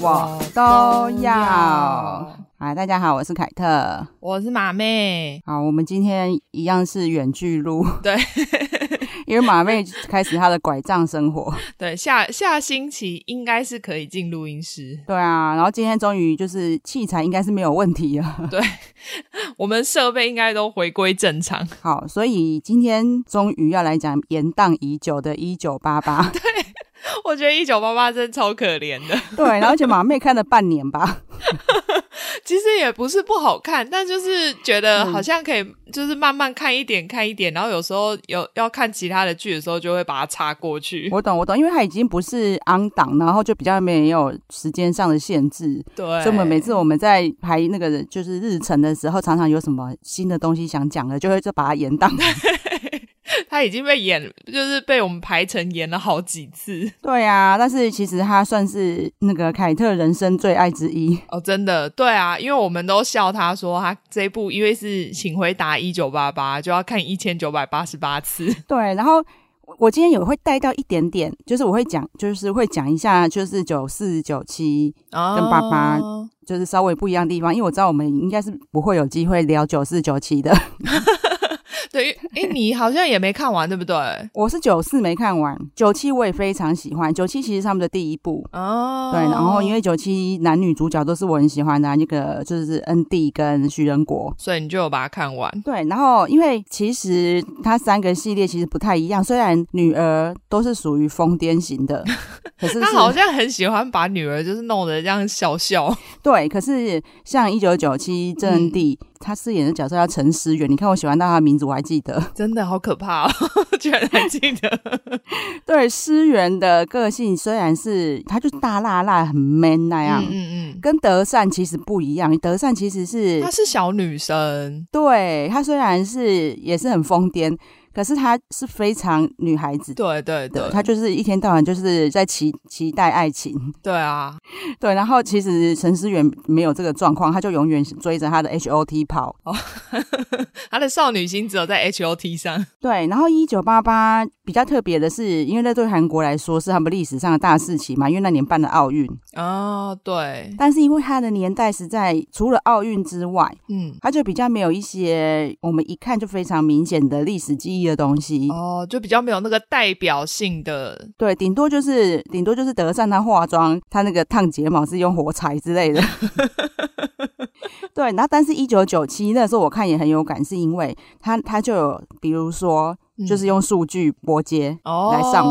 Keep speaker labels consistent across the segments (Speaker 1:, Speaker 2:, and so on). Speaker 1: 我都要。啊，大家好，我是凯特。
Speaker 2: 我是马妹，
Speaker 1: 好，我们今天一样是远距录，
Speaker 2: 对
Speaker 1: 因为马妹开始她的拐杖生活。
Speaker 2: 对，下下星期应该是可以进录音室。
Speaker 1: 对啊，然后今天终于就是器材应该是没有问题了。
Speaker 2: 我们设备应该都回归正常。
Speaker 1: 好，所以今天终于要来讲延宕已久的1988。
Speaker 2: 我觉得一九八八真的超可怜的，
Speaker 1: 对，然后而且马妹看了半年吧。
Speaker 2: 其实也不是不好看，但就是觉得好像可以，就是慢慢看一点看一点，然后有时候有要看其他的剧的时候，就会把它插过去。
Speaker 1: 我懂，我懂，因为它已经不是 on 档，然后就比较没有时间上的限制。
Speaker 2: 对，
Speaker 1: 所以我们每次我们在排那个就是日程的时候，常常有什么新的东西想讲的，就会就把它延档。
Speaker 2: 他已经被演，就是被我们排成演了好几次
Speaker 1: 对啊，但是其实它算是那个凯特人生最爱之一。
Speaker 2: 哦，真的，对啊，因为我们都笑他说他这一部因为是《请回答一九八八》，就要看一千九百八十八次，
Speaker 1: 对，然后我我今天也会带到一点点，就是我会讲，就是会讲一下，就是九四九七，
Speaker 2: 跟
Speaker 1: 爸爸就是稍微不一样的地方，因为我知道我们应该是不会有机会聊九四九七的。
Speaker 2: 对，哎，你好像也没看完，对不对？
Speaker 1: 我是九四没看完，九七我也非常喜欢，九七其实是他们的第一部。
Speaker 2: 哦，
Speaker 1: 对，然后因为九七男女主角都是我很喜欢的啊、那个，就是恩地跟徐仁国。
Speaker 2: 所以你就有把它看完，
Speaker 1: 对，然后因为其实它三个系列其实不太一样，虽然女儿都是属于疯癫型 的，可是
Speaker 2: 他
Speaker 1: 是
Speaker 2: 好像很喜欢把女儿就是弄得这样笑笑，
Speaker 1: 对，可是像一九九七郑
Speaker 2: 嗯
Speaker 1: 恩地，他饰演的角色叫陈思远，你看我喜欢到他的名字我还记得。
Speaker 2: 真的好可怕、哦， 居然还记得。
Speaker 1: 对，思源的个性虽然是他就是大辣辣很 man 那样，
Speaker 2: 嗯嗯
Speaker 1: 跟德善其实不一样。德善其实是
Speaker 2: 嗯，她是小女生，
Speaker 1: 对他虽然是也是很疯癫，可是他是非常女孩子的。
Speaker 2: 对对对，
Speaker 1: 他就是一天到晚就是在期期待爱情，
Speaker 2: 对啊，
Speaker 1: 对，然后其实陈思远没有这个状况，他就永远追着他的 H O T 跑，
Speaker 2: 哦 她的少女心只有在 H O T 上，
Speaker 1: 对，然后一九八八比较特别的是，因为那对韩国来说是他们历史上的大事情嘛，因为那年办了奥运。
Speaker 2: 哦，对，
Speaker 1: 但是因为它的年代实在除了奥运之外，
Speaker 2: 嗯，
Speaker 1: 它就比较没有一些我们一看就非常明显的历史记忆的东西。
Speaker 2: 哦，就比较没有那个代表性的，
Speaker 1: 对，顶多就是顶多就是德善她化妆，她那个烫睫毛是用火柴之类的。 对，然后但是，一九九七那时候我看也很有感，是因为他他就有，比如说
Speaker 2: 嗯
Speaker 1: 就是用数据拨接，
Speaker 2: 哦
Speaker 1: 来上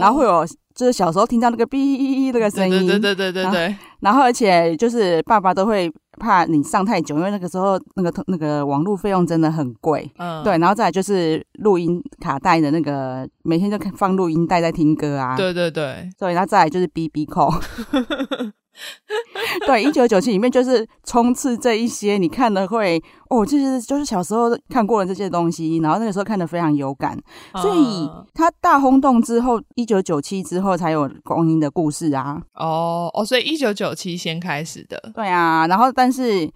Speaker 1: 然后会有就是小时候听到那个哔那个声
Speaker 2: 对
Speaker 1: 音，
Speaker 2: 对对对对对
Speaker 1: 然
Speaker 2: 对，
Speaker 1: 然后而且就是爸爸都会怕你上太久，因为那个时候那个那个网络费用真的很贵。
Speaker 2: 嗯，
Speaker 1: 对，然后再来就是录音卡带的那个，每天就看放录音带在听歌啊。，
Speaker 2: 对对对，
Speaker 1: 对，然后再来就是 B B 扣。 对，一九九七里面就是充斥这一些，你看的会哦，就是就是小时候看过的这些东西，然后那个时候看的非常有感。所以
Speaker 2: 嗯
Speaker 1: 它大轰动之后，一九九七之后才有光阴的故事啊。
Speaker 2: 哦哦，所以一九九七先开始的，
Speaker 1: 对啊，然后但是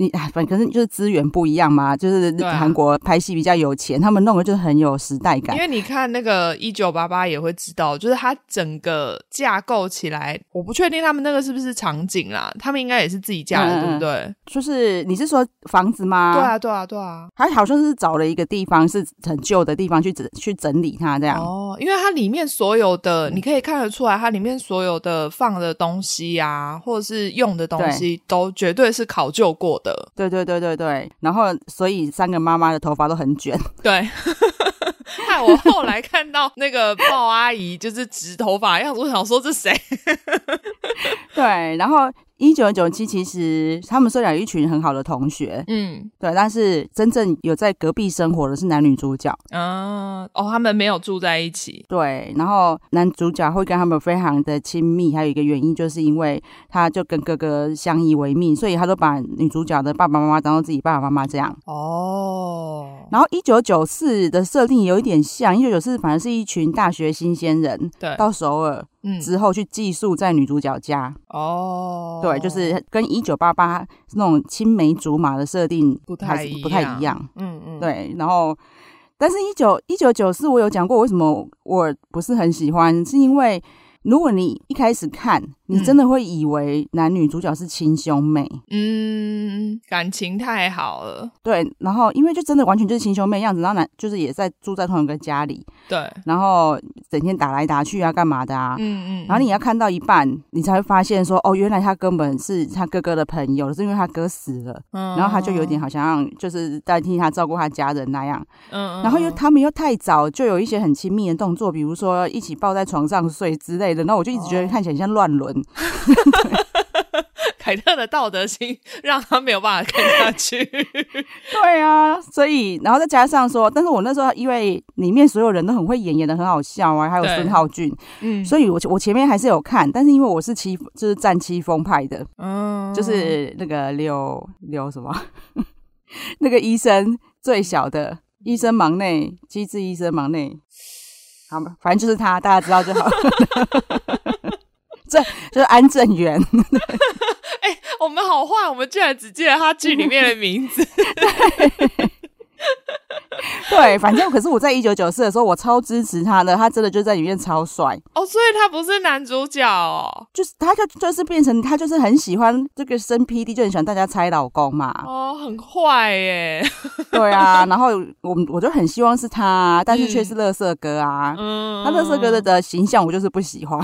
Speaker 1: 你哎，反正就是资源不一样嘛，就是
Speaker 2: 对啊
Speaker 1: 韩国拍戏比较有钱，他们弄的就很有时代
Speaker 2: 因
Speaker 1: 感。
Speaker 2: 为你看那个一九八八也会知道，就是它整个架构起来，我不确定他们那个是不是场景啦，他们应该也是自己架
Speaker 1: 嗯
Speaker 2: 的，
Speaker 1: 嗯
Speaker 2: 对不对？
Speaker 1: 就是你是说房子吗？
Speaker 2: 对。啊，对啊，对啊。
Speaker 1: 还好像是找了一个地方是很旧的地方去整去整理它这样。
Speaker 2: 哦，因为它里面所有的，
Speaker 1: 嗯
Speaker 2: 你可以看得出来，它里面所有的放的东西啊，或者是用的东西，都绝对是考究过的。
Speaker 1: 对对对对对。然后所以三个妈妈的头发都很卷。
Speaker 2: 对， 害我后来看到那个鲍阿姨就是直头发样子，我想说这谁？
Speaker 1: 对，然后。一九九七，其实他们虽然有一群很好的同学，
Speaker 2: 嗯
Speaker 1: 对，但是真正有在隔壁生活的是男女主角，
Speaker 2: 啊，哦，他们没有住在一起。
Speaker 1: 对，然后男主角会跟他们非常的亲密，还有一个原因就是因为他就跟哥哥相依为命，所以他都把女主角的爸爸妈妈当做自己爸爸妈妈这样。
Speaker 2: 哦，
Speaker 1: 然后一九九四的设定有一点像，一九九四反而是一群大学新鲜人
Speaker 2: 对，
Speaker 1: 到首尔
Speaker 2: 嗯，
Speaker 1: 之后去寄宿在女主角家，
Speaker 2: 哦，
Speaker 1: 对，就是跟一九八八那种青梅竹马的设定
Speaker 2: 不
Speaker 1: 还
Speaker 2: 太
Speaker 1: 是
Speaker 2: 一
Speaker 1: 不太
Speaker 2: 样
Speaker 1: 一样。
Speaker 2: 嗯嗯，
Speaker 1: 对，然后，但是19，一九一九九四，我有讲过为什么我不是很喜欢，是因为如果你一开始看，你真的会以为男女主角是亲兄妹。
Speaker 2: 嗯，感情太好了，
Speaker 1: 对，然后因为就真的完全就是亲兄妹样子，然后男就是也在住在同一个家里，
Speaker 2: 对，
Speaker 1: 然后整天打来打去啊，干嘛的啊？
Speaker 2: 嗯嗯，
Speaker 1: 然后你要看到一半，你才会发现说，哦，原来他根本是他哥哥的朋友，是因为他哥死了，
Speaker 2: 嗯，
Speaker 1: 然后他就有点好像就是代替他照顾他家人那样。
Speaker 2: 嗯，嗯，
Speaker 1: 然后又
Speaker 2: 嗯
Speaker 1: 他们又太早就有一些很亲密的动作，比如说一起抱在床上睡之类的，那我就一直觉得
Speaker 2: 哦
Speaker 1: 看起来像乱伦。
Speaker 2: 凯特的道德心 让他没有办法看下 去。
Speaker 1: 对啊，所以然后再加上说，但是我那时候因为里面所有人都很会演，演的很好笑啊，还有
Speaker 2: 对
Speaker 1: 孙浩俊，
Speaker 2: 嗯
Speaker 1: 所以我我前面还是有看，但是因为我是七就是站七风派的，
Speaker 2: 嗯
Speaker 1: 就是那个柳柳什么 那个医生最小的医生忙内机智医生忙内，好吧，反正就是他，大家知道就好。 这就是安正元，
Speaker 2: 我们好坏，我们居然只记得他剧里面的 名字。
Speaker 1: 对，反正可是我在一九九四的时候，我超支持他的，他真的就在里面超帅，
Speaker 2: 哦，所以他不是男主角哦。
Speaker 1: 就是他就就是变成他就是很喜欢这个生 PD，就很喜欢大家猜老公嘛，
Speaker 2: 哦，很坏耶。
Speaker 1: 对 啊，然后我们我就很希望是他啊，但是却是乐色哥啊，
Speaker 2: 嗯，
Speaker 1: 他乐色哥的的形象我就是不喜欢，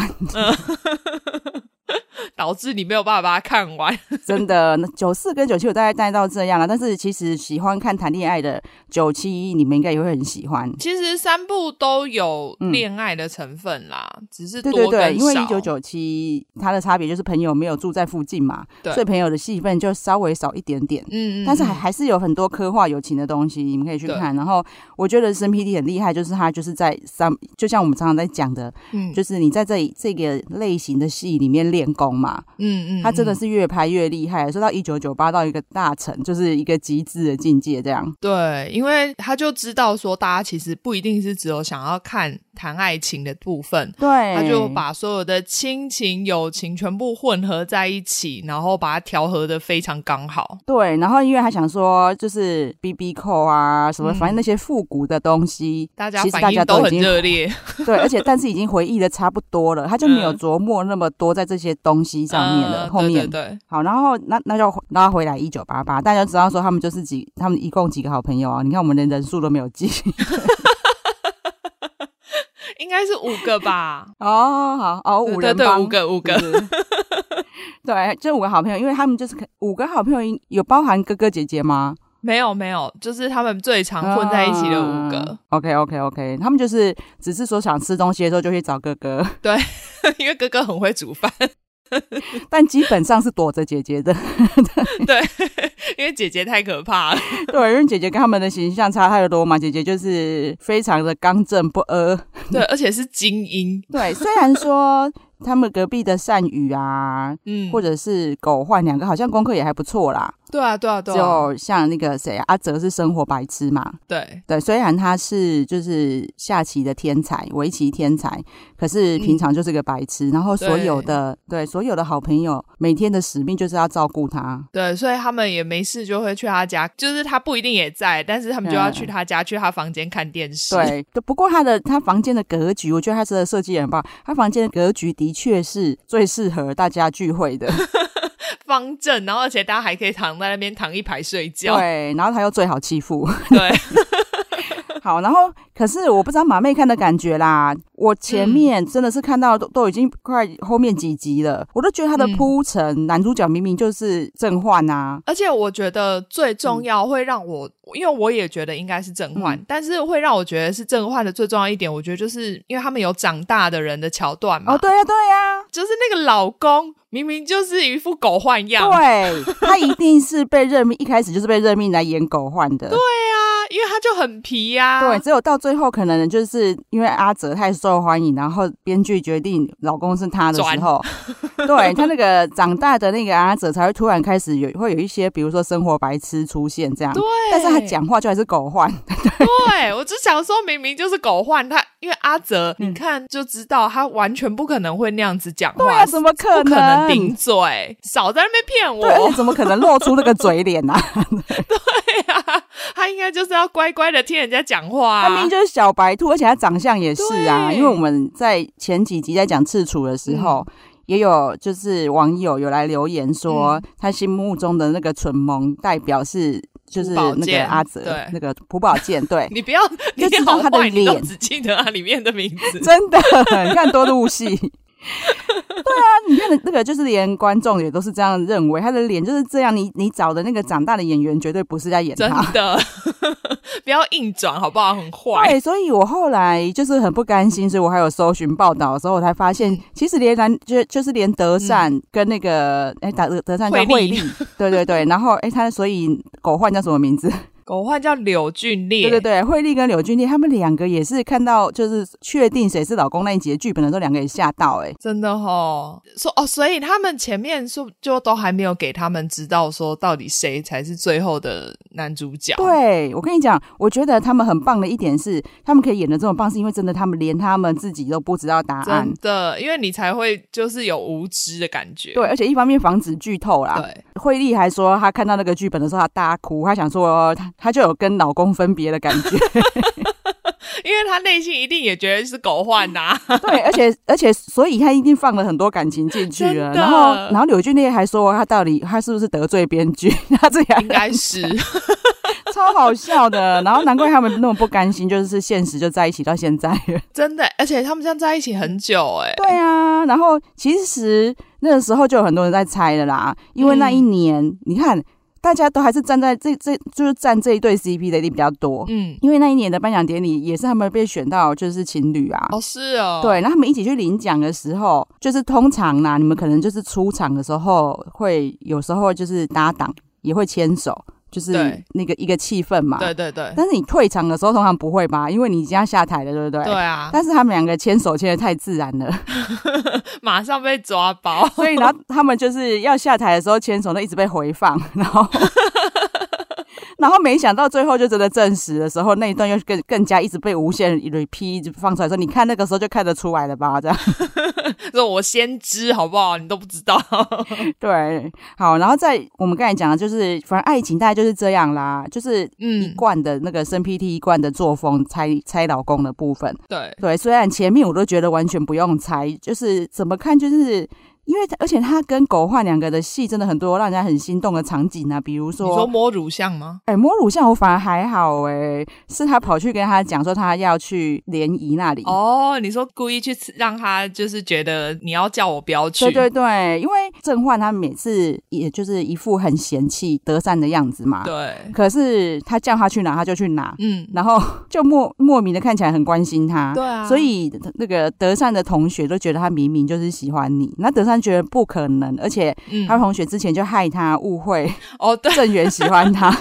Speaker 2: 导致你没有办法把它看完。
Speaker 1: 真的，九四跟九七我大概带到这样了，啊但是其实喜欢看谈恋爱的九七，你们应该也会很喜欢。
Speaker 2: 其实三部都有
Speaker 1: 嗯
Speaker 2: 恋爱的成分啦，只是
Speaker 1: 对
Speaker 2: 多
Speaker 1: 对对，
Speaker 2: 跟
Speaker 1: 因为
Speaker 2: 少
Speaker 1: 一九九七它的差别就是朋友没有住在附近嘛，
Speaker 2: 对
Speaker 1: 所以朋友的戏份就稍微少一点点。
Speaker 2: 嗯，嗯
Speaker 1: 但是还
Speaker 2: 嗯
Speaker 1: 还是有很多刻画友情的东西，你们可以去
Speaker 2: 对
Speaker 1: 看。然后我觉得生 PD 很厉害，就是他就是在三，就像我们常常在讲的，
Speaker 2: 嗯
Speaker 1: 就是你在这里这个类型的戏里面练功嘛，
Speaker 2: 嗯嗯，
Speaker 1: 他真的
Speaker 2: 嗯
Speaker 1: 是越拍越厉害，说到一九九八到一个大成，就是一个极致的境界这样。
Speaker 2: 对，因为他就知道说，大家其实不一定是只有想要看谈爱情的部分，
Speaker 1: 对，
Speaker 2: 他就把所有的亲情、友情全部混合在一起，然后把它调和的非常刚好。
Speaker 1: 对，然后因为他想说，就是 B B 扣啊什么，
Speaker 2: 嗯
Speaker 1: 反正那些复古的东西，
Speaker 2: 大家
Speaker 1: 其实大
Speaker 2: 反
Speaker 1: 家
Speaker 2: 应都
Speaker 1: 都已
Speaker 2: 很
Speaker 1: 经
Speaker 2: 热烈，
Speaker 1: 对，而且但是已经回忆的差不多了，他就没有
Speaker 2: 嗯
Speaker 1: 琢磨那么多在这些东西上面了。
Speaker 2: 呃
Speaker 1: 后
Speaker 2: 对
Speaker 1: 面
Speaker 2: 对对，
Speaker 1: 好，然后那那就拉回来一九八八，大家知道说他们就是几，他们一共几个好朋友啊？你看我们连人数都没有记，
Speaker 2: 应该是五个吧
Speaker 1: 哦，好哦，
Speaker 2: 对
Speaker 1: 五人
Speaker 2: 对对
Speaker 1: 帮
Speaker 2: 五个五
Speaker 1: 是
Speaker 2: 个，
Speaker 1: 不是 对，这五个好朋友，因为他们就是可五个好朋友，有包含哥哥姐姐吗？
Speaker 2: 没有没有，就是他们最常混在一起的五个，
Speaker 1: OK OK OK，他们就是只是说想吃东西的时候就去找哥哥，
Speaker 2: 因为哥哥很会煮饭，
Speaker 1: 但基本上是躲着姐姐 的。
Speaker 2: 因为姐姐太可怕 了。
Speaker 1: 对，因为姐姐跟他们的形象差太多嘛，姐姐就是非常的刚正不阿。
Speaker 2: 对，而且是精英，
Speaker 1: 对，虽然说他们隔壁的善宇啊，
Speaker 2: 嗯，
Speaker 1: 或者是狗焕两个好像功课也还不错啦，
Speaker 2: 对啊对啊对啊，
Speaker 1: 就像那个谁啊阿哲是生活白痴嘛，
Speaker 2: 对，
Speaker 1: 对，虽然他是就是下棋的天才，围棋天才，可是平常就是个白痴。然后所有的对所有的好朋友，每天的使命就是要照顾他。
Speaker 2: 对，所以他们也没事就会去他家，就是他不一定也在，但是他们就要去他家，去他房间看电
Speaker 1: 嗯
Speaker 2: 视。，
Speaker 1: 对，就不过他的他房间的格局，我觉得他真的设计得很棒。他房间的格局的确是最适合大家聚会的，
Speaker 2: 方正，然后而且大家还可以躺在那边躺一排睡觉。
Speaker 1: 对。然后他又最好欺负，
Speaker 2: 对，
Speaker 1: 好。然后可是我不知道马妹看的感觉啦，我前面真的是看到都、都已经快后面几集了，我都觉得他的
Speaker 2: 嗯
Speaker 1: 铺陈，男主角明明就是郑焕啊，
Speaker 2: 而且我觉得最重要会让我，因为我也觉得应该是郑焕，但是会让我觉得是郑焕的最重要一点，我觉得就是因为他们有长大的人的桥段嘛。
Speaker 1: 哦，，对呀、对呀、
Speaker 2: 就是那个老公明明就是一副狗焕样，啊对
Speaker 1: 对，他一定是被任命，一开始就是被任命来演狗换的。对、
Speaker 2: 啊，因为他就很皮呀、啊。
Speaker 1: 只有到最后，可能就是因为阿哲太受欢迎，然后编剧决定老公是他的时候， 对他那个长大的那个阿哲才会突然开始有会有一些，比如说生活白痴出现这样。
Speaker 2: 对，
Speaker 1: 但是他讲话就还是狗换，
Speaker 2: 对，我就想说，明明就是狗焕他，因为阿哲，你看就知道他完全不可能会那样子讲话，
Speaker 1: 对啊，怎么可
Speaker 2: 不可能
Speaker 1: 能？
Speaker 2: 顶嘴，少在那边骗
Speaker 1: 对，而
Speaker 2: 我
Speaker 1: 且。怎么可能露出那个嘴脸啊？
Speaker 2: 对啊，他应该就是要乖乖的听人家讲话、
Speaker 1: 他明
Speaker 2: 啊
Speaker 1: 明。就是小白兔，而且他长相也是啊。
Speaker 2: 对嗯
Speaker 1: 因为我们在前几集在讲赤楚的时候，也有就是网友有来留言
Speaker 2: 嗯
Speaker 1: 说，他心目中的那个蠢萌代表是就是
Speaker 2: 朴宝
Speaker 1: 那个
Speaker 2: 剑
Speaker 1: 阿泽
Speaker 2: 对，，
Speaker 1: 那个朴宝剑，对
Speaker 2: 你不要，你
Speaker 1: 就知
Speaker 2: 好
Speaker 1: 道他的
Speaker 2: 坏，你都
Speaker 1: 脸
Speaker 2: 只记得它里面的名字。
Speaker 1: 真的，你看多入 戏。对啊，你看的那个就是连观众也都是这样认为，他的脸就是这样。你你找的那个长大的演员绝对不是在演
Speaker 2: 真
Speaker 1: 他。
Speaker 2: 的， 不要硬转好不好？很坏。
Speaker 1: 对，所以我后来就是很不甘心，所以我还有搜寻报道的时候，我才发
Speaker 2: 嗯
Speaker 1: 现，其实连蓝就就是连德善跟那个哎、德德善叫
Speaker 2: 惠
Speaker 1: 惠
Speaker 2: 利
Speaker 1: 利， 对对对，然后哎、他所以狗焕叫什么名字？
Speaker 2: 狗焕叫柳俊烈，
Speaker 1: 对对对，惠利跟柳俊烈他们两个也是看到就是确定谁是老公那一集的剧本的时候，两个也吓到哎、
Speaker 2: 真的吼，说哦，所以他们前面说就都还没有给他们知道说到底谁才是最后的男主角。，
Speaker 1: 对，我啊跟你讲，我觉得他们很棒的一点是，他们可以演的这么棒，是因为真的他们连他们自己都不知道答案
Speaker 2: 真。的，因为你才会就是有无知的感觉。
Speaker 1: 对，而啊且一方面防止剧透啦。
Speaker 2: 对，
Speaker 1: 惠利还说，她看到那个剧本的时候，她大哭，她想说，哦她她就有跟老公分别的感 觉。
Speaker 2: 因为他内心一定也觉得是狗啊焕呐、
Speaker 1: 对，而且而且，所以她一定放了很多感情进去
Speaker 2: 真
Speaker 1: 了。
Speaker 2: 的
Speaker 1: 然后然后柳俊烈还说，他到底他是不是得罪编剧？ 他这样
Speaker 2: 应该是
Speaker 1: 超好笑的。然后难怪他们那么不甘心，就是现实就在一起到现在了。
Speaker 2: 真的，而且他们这样在一起很久哎、
Speaker 1: 对啊，然后其实那个时候就有很多人在猜了啦，因为那
Speaker 2: 嗯
Speaker 1: 一年、你看，大家都还是站在这这就是站这一对 CP 的一定比较多，
Speaker 2: 嗯，
Speaker 1: 因为那一年的颁奖典礼也是他们被选到就是情侣啊。
Speaker 2: 哦是哦，
Speaker 1: 对，然后他们一起去领奖的时候，就是通常啦、你们可能就是出场的时候会有时候就是搭档，也会牵手，就是
Speaker 2: 对
Speaker 1: 那个一个气氛嘛。
Speaker 2: 对对对
Speaker 1: 但是你退场啊的时候通常不会吧，因为你已经要下台了，对不对？
Speaker 2: 对。啊，
Speaker 1: 但是他们两个牵手牵的太自然了，
Speaker 2: 马上被抓包。
Speaker 1: 所以然后他们就是要下台的时候牵手，都一直被回放，然后然后没想到最后就真的证实的时候，那一段又更更加一直被无限 repeat 一直放出来说，你看那个时候就看得出来了吧，这样
Speaker 2: 说我先知好不好？你都不知道，
Speaker 1: 对，好，然后在我们刚才讲的就是，反正爱情大概就是这样啦，就是。一
Speaker 2: 嗯，
Speaker 1: 贯的那个生 PT 一贯的作风，猜猜老公的部分，
Speaker 2: 对，
Speaker 1: 对，虽然前面我都觉得完全不用猜，就是怎么看，就是因为而且他跟狗焕两个的戏真的很多，让人家很心动的场景啊，比如
Speaker 2: 你说
Speaker 1: 说。
Speaker 2: 摸乳像吗？
Speaker 1: 哎、摸乳像我反而还好哎、是他跑去跟他讲说他要去联谊那里。
Speaker 2: 哦，你说故意去刺让他就是觉得你要叫我不要去，
Speaker 1: 对对对，因为郑焕他每次也就是一副很嫌弃德善的样子嘛，
Speaker 2: 对
Speaker 1: 可是他叫他去哪他就去哪，
Speaker 2: 嗯，
Speaker 1: 然后 就莫莫名的看起来很关心他。
Speaker 2: 对啊，
Speaker 1: 所以那个德善的同学都觉得他明明就是喜欢你，那德善觉得不可能，而且
Speaker 2: 嗯
Speaker 1: 他，同学之前就害他误 会
Speaker 2: 哦对，
Speaker 1: 郑源喜欢他，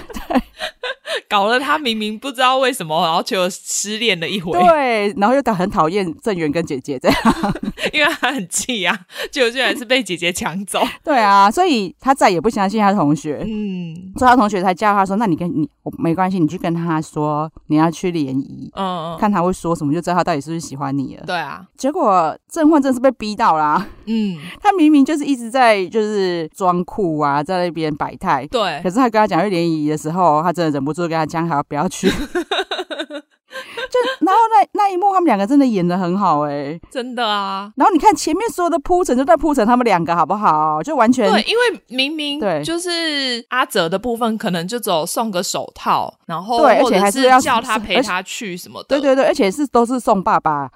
Speaker 2: 搞了他明明不知道为什么，然后就失恋了一回，
Speaker 1: 对，然后又很讨厌郑源跟姐姐这样，
Speaker 2: 因为他很气啊，结果居然是被姐姐抢 走，
Speaker 1: 对啊，所以他再也不相信他同学。
Speaker 2: 嗯
Speaker 1: 所以他同学才叫他说：“那你跟你我没关系，你去跟他说你要去联谊，
Speaker 2: 嗯，嗯
Speaker 1: 看他会说什么，就知道他到底是不是喜欢你了。
Speaker 2: 对啊，”
Speaker 1: 结果郑焕真的是被逼到啦，
Speaker 2: 嗯，
Speaker 1: 他明明就是一直在就是装酷啊，在那边摆态，
Speaker 2: 对
Speaker 1: 可，是他跟他讲去联谊的时候，他真的忍不住跟他讲，还要不要 去？就然后那那一幕，他们两个真的演的很好哎、
Speaker 2: 真的啊，
Speaker 1: 然后你看前面所有的铺陈，就在铺陈他们两个好不好？就完全
Speaker 2: 对，因为明明
Speaker 1: 对
Speaker 2: 就是阿哲的部分，可能就只有送个手套，然后
Speaker 1: 对
Speaker 2: 或
Speaker 1: 而且
Speaker 2: 者
Speaker 1: 还是要
Speaker 2: 叫他陪
Speaker 1: 而且
Speaker 2: 他去什么的。
Speaker 1: 对对对而且是都是送爸 爸，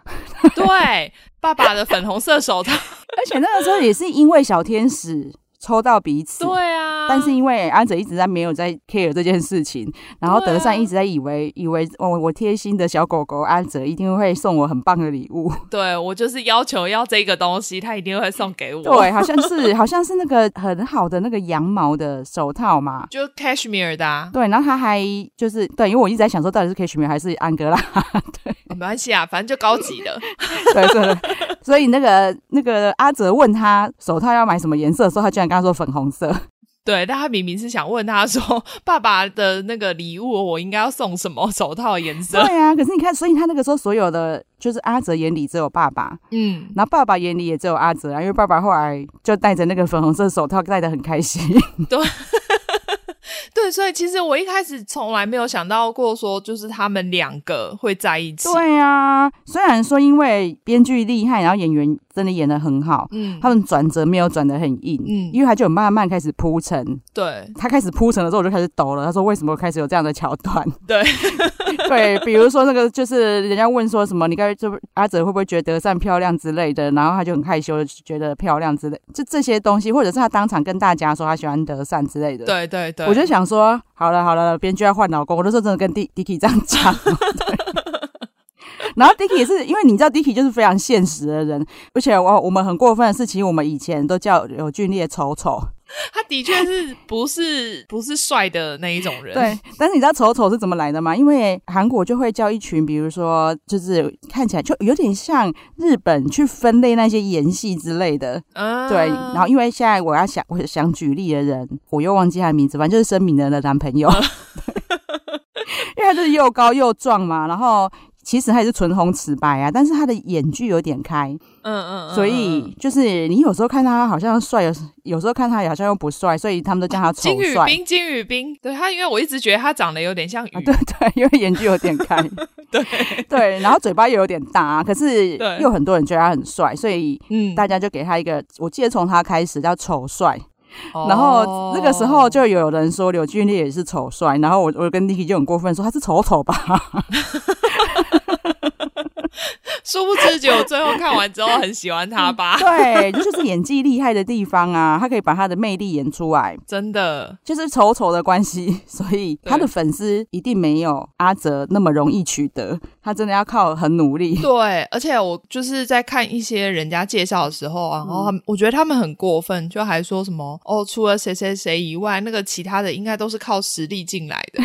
Speaker 2: 对爸爸的粉红色手套，
Speaker 1: 而且那个时候也是因为小天使抽到彼此。
Speaker 2: 对啊，
Speaker 1: 但是因为安哲一直在没有在 care 这件事情，然后
Speaker 2: 对啊
Speaker 1: 德善一直在以为、以为我我贴心的小狗狗安哲一定会送我很棒的礼物，
Speaker 2: 对我就是要求要这个东西，他一定会送给我。
Speaker 1: 对，好像是好像是那个很好的那个羊毛的手套嘛。
Speaker 2: 就 cashmere 的、啊，
Speaker 1: 对，然后他还就是对，因为我一直在想说到底是 cashmere 还是安哥拉，
Speaker 2: 哦没关系啊，反正就高级的。
Speaker 1: 对，所 以所以那个那个阿哲问他手套要买什么颜色的时候，他居然跟他说粉红色，
Speaker 2: 对，但他明明是想问他说， 爸爸的那个礼物我应该要送什么手套颜
Speaker 1: 对
Speaker 2: 色？
Speaker 1: 啊，可是你看，所以他那个时候所有的就是阿哲眼里只有爸爸，
Speaker 2: 嗯，
Speaker 1: 然后爸爸眼里也只有阿哲啊，因为爸爸后来就戴着那个粉红色手套戴的很开心，
Speaker 2: 对，所以其实我一开始从来没有想到过说，就是他们两个会在一起。
Speaker 1: 啊对啊，虽然说因为编剧厉害，然后演员真的演的很好，
Speaker 2: 嗯，
Speaker 1: 他们转折没有转的很硬，
Speaker 2: 嗯
Speaker 1: 因为他就有慢慢开始铺陈。
Speaker 2: 对
Speaker 1: 他开始铺陈的时候，我就开始抖了。他说：“为什么开始有这样的桥段？”
Speaker 2: 对
Speaker 1: 对，比如说那个，就是人家问说什么，你该就阿哲会不会觉得德善漂亮之类的，然后他就很害羞，觉得漂亮之类，就这些东西，或者是他当场跟大家说他喜欢德善之类的。
Speaker 2: 对对对，
Speaker 1: 我就想说，好了好了，编剧要换老公。我那时候真的跟 D Dicky 这样讲。对然后 Dicky 也是因为你知道 Dicky 就是非常现实的人，而且我我们很过分的是，其实我们以前都叫有俊烈丑丑，
Speaker 2: 他的确是不是不是帅的那一种人，
Speaker 1: 对。但是你知道丑丑是怎么来的吗？因为韩国就会叫一群，比如说就是看起来就有点像日本去分类那些演戏之类的，
Speaker 2: 嗯，
Speaker 1: 对。然后因为现在我要想我想举例的人，我又忘记他的名字，反正就是申敏人的男朋
Speaker 2: 嗯
Speaker 1: 友， 因为他就是又高又壮嘛，然后。其实他也是唇红齿白啊，但是他的眼距有点开，
Speaker 2: 嗯嗯嗯，
Speaker 1: 所以就是你有时候看他好像帅，有时有时候看他好像又不帅，所以他们都叫他丑
Speaker 2: 金宇
Speaker 1: 帅。
Speaker 2: 彬，金宇彬，对他，因为我一直觉得他长得有点像
Speaker 1: 啊，
Speaker 2: 鱼，
Speaker 1: 对对，因为眼距有点开，
Speaker 2: 对
Speaker 1: 对，然后嘴巴又有点大，啊可是
Speaker 2: 对
Speaker 1: 又很多人觉得他很帅，所以
Speaker 2: 嗯，
Speaker 1: 大家就给他一个，我记得从他开始叫丑帅，
Speaker 2: 哦
Speaker 1: 然后那个时候就有人说柳俊烈也是丑帅，然后我我跟 Niki 就很过分说他是丑丑吧，
Speaker 2: 殊不知，结果最后看完之后很喜欢他吧，
Speaker 1: 嗯 对，这就是演技厉害的地方啊，他可以把他的魅力演出来。
Speaker 2: 真的，
Speaker 1: 就是丑丑的关系，所以他的
Speaker 2: 对
Speaker 1: 粉丝一定没有阿哲那么容易取得，他真的要靠很努力。
Speaker 2: 对，而且我就是在看一些人家介绍的时候啊，然后他们、我觉得他们很过分，就还说什么哦，除了谁谁谁以外，那个其他的应该都是靠实力进来的，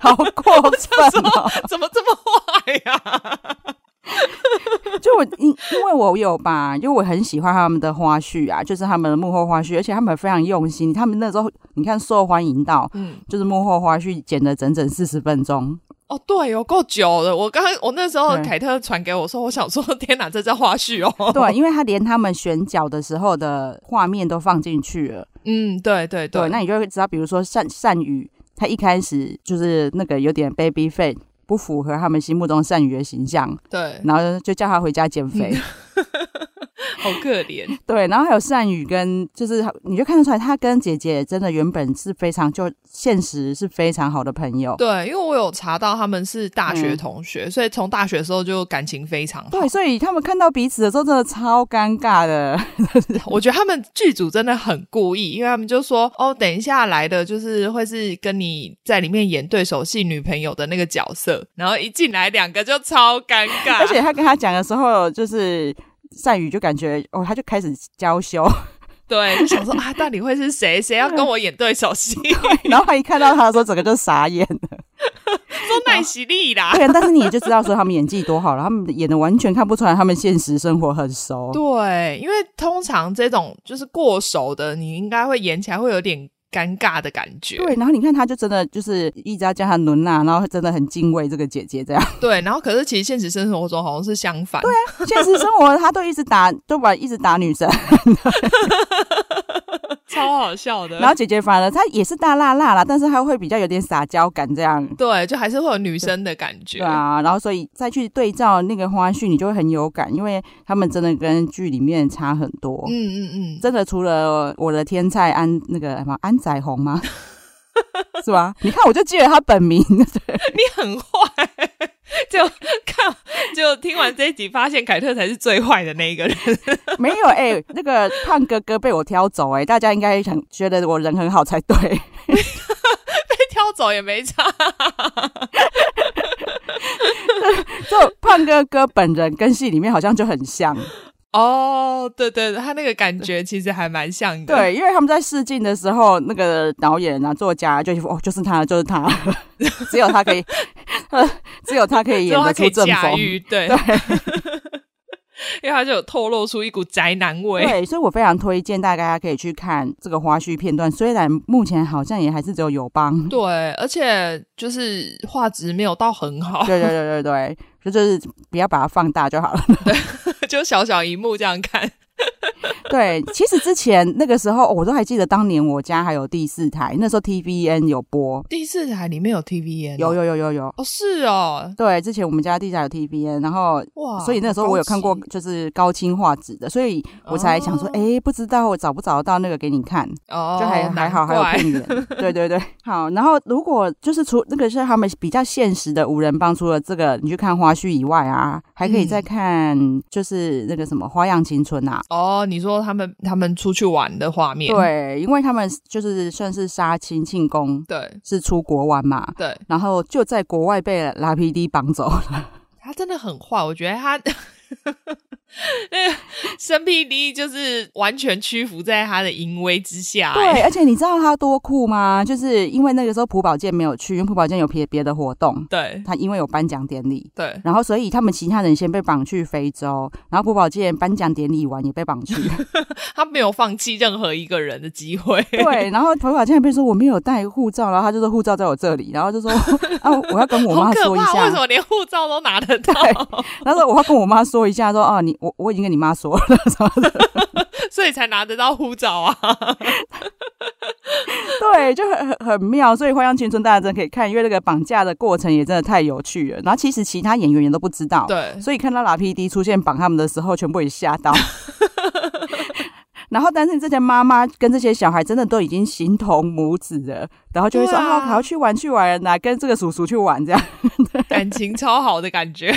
Speaker 1: 好过分 哦！
Speaker 2: 怎么这么坏啊呀、
Speaker 1: 就我因因为我有吧，因为我很喜欢他们的花絮啊，就是他们的幕后花絮，而且他们非常用心。他们那时候你看受欢迎到，
Speaker 2: 嗯，
Speaker 1: 就是幕后花絮剪了整整四十分钟，
Speaker 2: 哦，对，有够久了。我刚刚我那时候
Speaker 1: 对
Speaker 2: 凯特传给我说，我想说， 天哪，这叫花絮 哦。
Speaker 1: 对，因为他连他们选角的时候的画面都放进去了。
Speaker 2: 嗯，对对
Speaker 1: 对，
Speaker 2: 对，
Speaker 1: 那你就会知道，比如说善善宇，他一开始就是那个有点 baby face。不符合他们心目中善宇的形象，
Speaker 2: 对，
Speaker 1: 然后就叫他回家减 肥。
Speaker 2: 好可怜。
Speaker 1: 对，然后还有善宇跟就是，你就看得出来，他跟姐姐真的原本是非常就现实是非常好的朋友。
Speaker 2: 对，因为我有查到他们是大学
Speaker 1: 嗯
Speaker 2: 同学，所以从大学的时候就感情非常好
Speaker 1: 对，。所以他们看到彼此的时候，真的超尴尬 的。
Speaker 2: 我觉得他们剧组真的很故意，因为他们就说哦，等一下来的就是会是跟你在里面演对手戏女朋友的那个角色，然后一进来两个就超尴尬，
Speaker 1: 而且他跟他讲的时候，就是善宇就感觉哦，他就开始娇羞，
Speaker 2: 对，就想说啊，到底会是谁？谁要跟我演对 手戏？
Speaker 1: 然后他一看到他的时候，整个就傻眼。
Speaker 2: 说奈喜利啦。
Speaker 1: 对，但是你也就知道说他们演技多好了，他们演的完全看不出来他们现实生活很熟。
Speaker 2: 对，因为通常这种就是过熟的，你应该会演起来会有点尴尬的感觉。
Speaker 1: 对，然后你看他就真的就是一直要叫他伦娜，然后真的很敬畏这个姐姐这样。
Speaker 2: 对然后可是其实现实生活中好像是相反。对啊，
Speaker 1: 现实生活他都一直打，都把一直打女 生，
Speaker 2: 超好笑的。
Speaker 1: 然后姐姐反而她也是大辣辣啦，但是她会比较有点撒娇感这样。
Speaker 2: 对，就还是会有女生的感觉。
Speaker 1: 对啊，然后所以再去对照那个花絮，你就会很有感，因为他们真的跟剧里面差很多。
Speaker 2: 嗯嗯嗯，
Speaker 1: 真的除了我的天菜安那个什么安宰红吗？ 是吧？你看，我就记得他本名，
Speaker 2: 你 很坏。就看，就听完这一集，发现凯特才是最坏的那一个人。
Speaker 1: 没有哎、那个胖哥哥被我挑走哎、大家应该想觉得我人很好才对。
Speaker 2: 被挑走也没差。
Speaker 1: 就胖哥哥本人跟戏里面好像就很像，
Speaker 2: 哦，对对，对他那个感觉其实还蛮像的。
Speaker 1: 对，因为他们在试镜的时候，那个导演啊、作家就哦，就是他，就是他， 只有他可以， 呃只有他可以
Speaker 2: 之
Speaker 1: 演
Speaker 2: 后他
Speaker 1: 得
Speaker 2: 可
Speaker 1: 出
Speaker 2: 以
Speaker 1: 正
Speaker 2: 驾
Speaker 1: 风。
Speaker 2: 驭，对，因为他就有透露出一股宅男味。
Speaker 1: 对，所以我非常推荐大家可以去看这个花絮片段。虽然目前好像也还是只有友邦，
Speaker 2: 对，而且就是画质没有到很好。
Speaker 1: 对对对对对，就就是不要把它放大就好了。
Speaker 2: 就小小一幕这样看。
Speaker 1: 对，其实之前那个时候，我都还记得，当年我家还有第四台，那时候 TVN 有播，
Speaker 2: 第四台里面有 TVN，
Speaker 1: 有有有有有。
Speaker 2: 哦，是哦，
Speaker 1: 对，之前我们家地下有 TVN，然后
Speaker 2: 哇，
Speaker 1: 所以那时候我有看过
Speaker 2: 好高级
Speaker 1: 就是高清画质的，所以我才想说，
Speaker 2: 哦
Speaker 1: 哎、不知道我找不找得到那个给你看，
Speaker 2: 哦，
Speaker 1: 就还、还好还有
Speaker 2: 难怪
Speaker 1: 片 源，对对对，好。然后如果就是除那个是他们比较现实的五人帮，除了这个你去看花絮以外啊，还可以再看就是那个什么《花样青春》啊。
Speaker 2: 哦，你说他们他们出去玩的画面，
Speaker 1: 对，因为他们就是算是杀青庆功，
Speaker 2: 对
Speaker 1: 是出国玩嘛，
Speaker 2: 对，
Speaker 1: 然后就在国外被拉 PD 绑走了。
Speaker 2: 他真的很坏，我觉得他 那个生 PD 就是完全屈服在他的淫威之下、
Speaker 1: 对，
Speaker 2: 哎
Speaker 1: 而且你知道他多酷吗？就是因为那个时候朴宝剑没有去，因为朴宝剑有别别的活动，
Speaker 2: 对
Speaker 1: 他因为有颁奖典礼。
Speaker 2: 对，
Speaker 1: 然后，所以他们其他人先被绑去非洲，然后朴宝剑颁奖典礼完也被绑去。
Speaker 2: 他没有放弃任何一个人的机会。
Speaker 1: 对，然后朴宝剑被说我没有带护照，然后他就说护照在我这里，然后 就说啊我要跟我
Speaker 2: 好
Speaker 1: 妈
Speaker 2: 可
Speaker 1: 说一
Speaker 2: 怕！为
Speaker 1: 下，
Speaker 2: 什么连护照都拿得到？
Speaker 1: 然后说我要跟我妈说一下，说啊你我我已经跟你妈说了，
Speaker 2: 所以才拿得到护照啊！
Speaker 1: 对，就很很很妙。所以《花样青春》大家真的可以看，因为那个绑架的过程也真的太有趣了。然后其实其他演员也都不知道，
Speaker 2: 对，
Speaker 1: 所以看到拉 PD 出现绑他们的时候，全部也吓到。 然后，但是这些妈妈跟这些小孩真的都已经形同母子了，然后就会说
Speaker 2: 对啊
Speaker 1: 啊，好、去玩去玩哪跟这个叔叔去玩这样。
Speaker 2: 感情超好的感觉。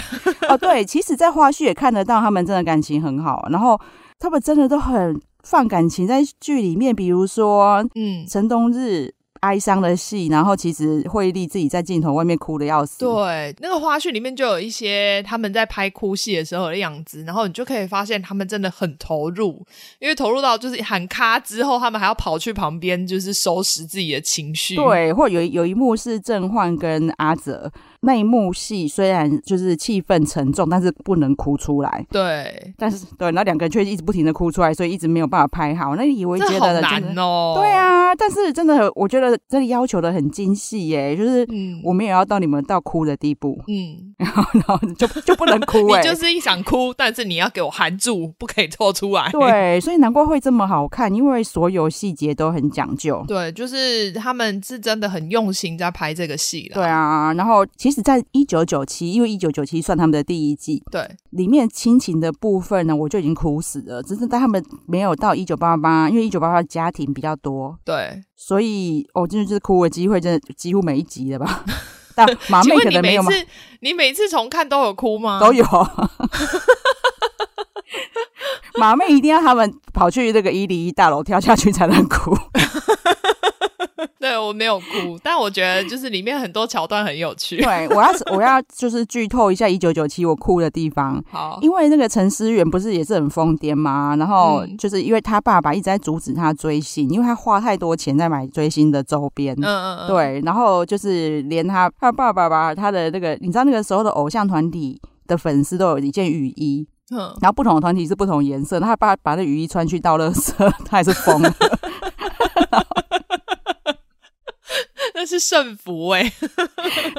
Speaker 1: 哦，对，其实，在花絮也看得到他们真的感情很好，然后他们真的都很放感情在剧里面，比如说
Speaker 2: 嗯，
Speaker 1: 陈冬日哀伤的戏，然后其实惠利自己在镜头外面哭的要死。
Speaker 2: 对，那个花絮里面就有一些他们在拍哭戏的时候的样子，然后你就可以发现他们真的很投入，因为投入到就是喊咔之后，他们还要跑去旁边就是收拾自己的情绪。，
Speaker 1: 对，或有一有一幕是郑焕跟阿哲那一幕戏，虽然就是气氛沉重，但是不能哭出来。
Speaker 2: 对，
Speaker 1: 但是对，那两个人却一直不停的哭出来，所以一直没有办法拍好。那以为
Speaker 2: 这
Speaker 1: 觉
Speaker 2: 好
Speaker 1: 得真的、
Speaker 2: 难哦。
Speaker 1: 对，啊，但是真的我觉得真的要求的很精细耶，就是
Speaker 2: 嗯，
Speaker 1: 我们也要到你们到哭的地步，
Speaker 2: 嗯，
Speaker 1: 然后就就不能哭哎
Speaker 2: 你。就是想哭，但是你要给我含住，不可以吐出来。
Speaker 1: 对，所以难怪会这么好看，因为所有细节都很讲究。
Speaker 2: 对，就是他们是真的很用心在拍这个戏
Speaker 1: 对
Speaker 2: 了。
Speaker 1: 啊，然后其实，在一九九七，因为一九九七算他们的第一季，
Speaker 2: 对
Speaker 1: 里面亲情的部分呢，我就已经哭死了。只是但他们没有到一九八八，因为一九八八家庭比较多，
Speaker 2: 对
Speaker 1: 所以我、哦、真的就是哭的机会，真的几乎每一集了 吧？但马
Speaker 2: 请
Speaker 1: 妹
Speaker 2: 问
Speaker 1: 可
Speaker 2: 你
Speaker 1: 能没
Speaker 2: 每
Speaker 1: 有吗？
Speaker 2: 次你每次重看都有哭吗？
Speaker 1: 都有。马妹一定要他们跑去那个一零一大楼跳下去才能哭。
Speaker 2: 对我没有哭，但我觉得就是里面很多桥段很有趣。
Speaker 1: 对，我要我要就是剧透一下一九九七我哭的地方。
Speaker 2: 好，
Speaker 1: 因为那个陈思远不是也是很疯癫嘛，然后
Speaker 2: 嗯
Speaker 1: 就是因为他爸爸一直在阻止他追星，因为他花太多钱在买追星的周边。
Speaker 2: 嗯嗯嗯，
Speaker 1: 对，然后就是连他他爸爸吧，他的那个，你知道那个时候的偶像团体的粉丝都有一件雨衣，
Speaker 2: 嗯，
Speaker 1: 然后不同的团体是不同颜色，他爸把那雨衣穿去倒垃圾， 他还是疯了。
Speaker 2: 那是胜服哎、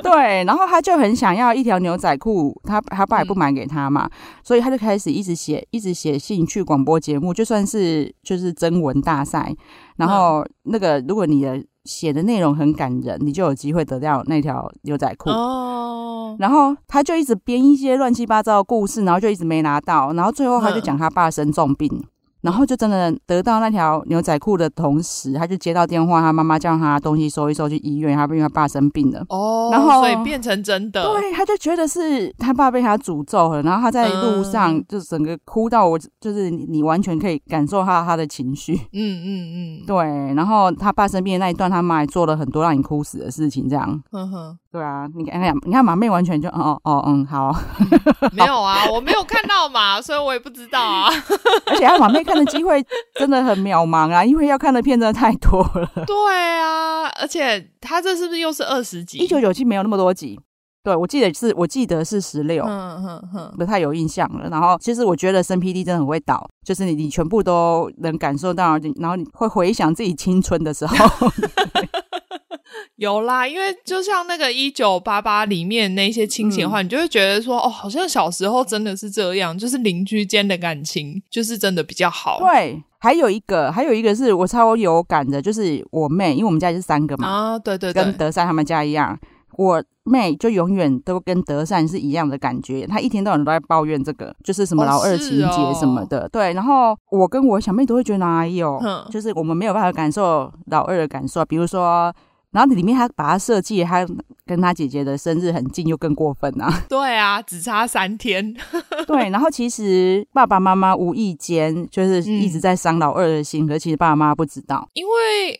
Speaker 1: 对，然后他就很想要一条牛仔裤，他他爸也不买给他嘛，所以他就开始一直写，一直写信去广播节目，就算是就是征文大赛，然后那个如果你的写的内容很感人，你就有机会得到那条牛仔裤。
Speaker 2: 哦，
Speaker 1: 然后他就一直编一些乱七八糟的故事，然后就一直没拿到，然后最后他就
Speaker 2: 嗯
Speaker 1: 讲他爸生重病，然后就真的得到那条牛仔裤的同时，他就接到电话，他妈妈叫他东西收一收去医院，他因为他爸生病了。
Speaker 2: 哦，
Speaker 1: 然后
Speaker 2: 所以变成真的，
Speaker 1: 对，他就觉得是他爸被他诅咒了，然后他在路上
Speaker 2: 嗯
Speaker 1: 就整个哭到我，就是你你完全可以感受他他的情绪。
Speaker 2: 嗯嗯嗯，
Speaker 1: 对，然后他爸生病的那一段，他妈还做了很多让你哭死的事情，这样。
Speaker 2: 哼哼，
Speaker 1: 对啊，你看，你看，你看马妹完全就哦哦嗯好，
Speaker 2: 没有啊，我没有看到嘛，所以我也不知道啊。
Speaker 1: 而且他马妹看的机会真的很渺茫啊，因为要看的片真的太多了。
Speaker 2: 对啊，而且他这是不是又是二十集？
Speaker 1: 一九九七没有那么多集，对我记得是，我记得是十六、
Speaker 2: 嗯哼哼，
Speaker 1: 不太有印象了。然后其实我觉得生 PD 真的很会导，就是你你全部都能感受到，然后你会回想自己青春的时候。
Speaker 2: 有啦，因为就像那个一九八八里面那些亲情
Speaker 1: 嗯
Speaker 2: 的话，你就会觉得说，哦，好像小时候真的是这样，就是邻居间的感情就是真的比较好。
Speaker 1: 对，还有一个，还有一个是我超有感的，就是我妹，因为我们家就是三个嘛，
Speaker 2: 啊，对对
Speaker 1: 跟
Speaker 2: 对，
Speaker 1: 德善他们家一样，我妹就永远都跟德善是一样的感觉，她一天到晚都在抱怨这个，就是什么
Speaker 2: 哦
Speaker 1: 老二
Speaker 2: 是
Speaker 1: 情节什么
Speaker 2: 哦
Speaker 1: 的。对，然后我跟我小妹都会觉得哪有，
Speaker 2: 嗯
Speaker 1: 就是我们没有办法感受老二的感受，比如说。然后里面她把她设计，她跟她姐姐的生日很近，又更过分 啊！
Speaker 2: 对啊，只差三天，
Speaker 1: 对，然后其实爸爸妈妈无意间就是一直在伤老二的
Speaker 2: 嗯
Speaker 1: 心，可是其实爸爸妈妈不知道。
Speaker 2: 因为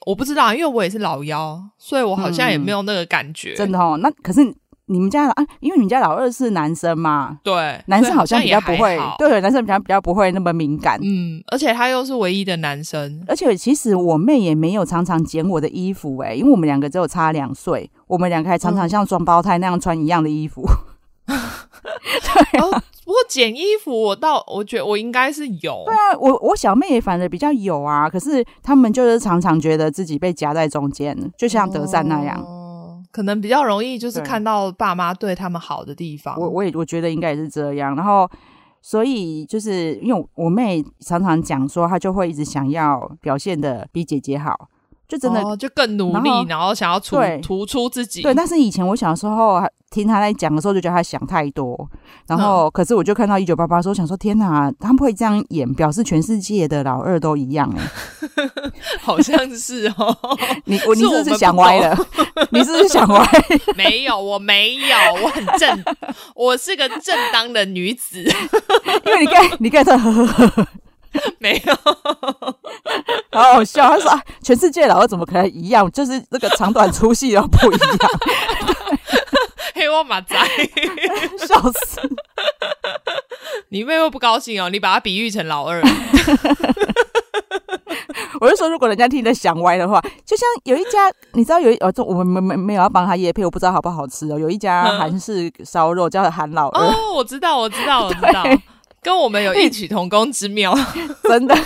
Speaker 2: 我不知道，因为我也是老幺，所以我好像也
Speaker 1: 嗯
Speaker 2: 没有那个感觉。
Speaker 1: 真的哦，那可是你们家老啊，因为你们家老二是男生嘛，
Speaker 2: 对，
Speaker 1: 男
Speaker 2: 所
Speaker 1: 生
Speaker 2: 以
Speaker 1: 好
Speaker 2: 好
Speaker 1: 像比较
Speaker 2: 也
Speaker 1: 不
Speaker 2: 还
Speaker 1: 会
Speaker 2: 好，
Speaker 1: 对，男生比较比较不会那么敏感。
Speaker 2: 嗯，而且他又是唯一的男生，
Speaker 1: 而且其实我妹也没有常常捡我的衣服欸诶、因为我们两个只有差两岁，我们两个还常常
Speaker 2: 嗯
Speaker 1: 像双胞胎那样穿一样的衣服。
Speaker 2: 不过剪衣服我倒我觉得我应该是有，
Speaker 1: 对啊，我我小妹也反而比较有啊，可是他们就是常常觉得自己被夹在中间，就像德善那样。
Speaker 2: 哦，可能比较容易就是
Speaker 1: 对
Speaker 2: 看到爸妈对他们好的地方。
Speaker 1: 我我也我觉得应该也是这样。然后，所以就是因为我妹常常讲说，她就会一直想要表现的比姐姐好，就真的、
Speaker 2: 哦、就更努力，
Speaker 1: 然后
Speaker 2: 然后想要突
Speaker 1: 对
Speaker 2: 突出自己。
Speaker 1: 对。但是以前我小时候还听她在讲的时候，就觉得她想太多。然
Speaker 2: 嗯
Speaker 1: 后，可是我就看到一九八八说，想说天哪，他们会这样演，表示全世界的老二都一样哎、
Speaker 2: 好像是 哦，
Speaker 1: 你我你是
Speaker 2: 是
Speaker 1: 不
Speaker 2: 我
Speaker 1: 是
Speaker 2: 们
Speaker 1: 想
Speaker 2: 不
Speaker 1: 歪了？ 你是不是想歪？
Speaker 2: 没有，我没有，我很正，我是个正当的女子，
Speaker 1: 因为你看你看这呵呵呵呵
Speaker 2: 没有。
Speaker 1: 好好笑。他说、啊、全世界老二怎么可能一样？就是那个长短粗细都不一样。
Speaker 2: 黑我马仔，
Speaker 1: 笑死！
Speaker 2: 你妹妹不高兴哦，你把她比喻成老二，
Speaker 1: 我是说，如果人家听得想歪的话，就像有一家，你知道有一哦，这我们没没没有要帮他夜配，我不知道好不好吃哦。有一家
Speaker 2: 嗯
Speaker 1: 韩式烧肉叫韩老二，
Speaker 2: 哦，我知道，我知道，我知道，跟我们有异曲同工之妙。
Speaker 1: 真的。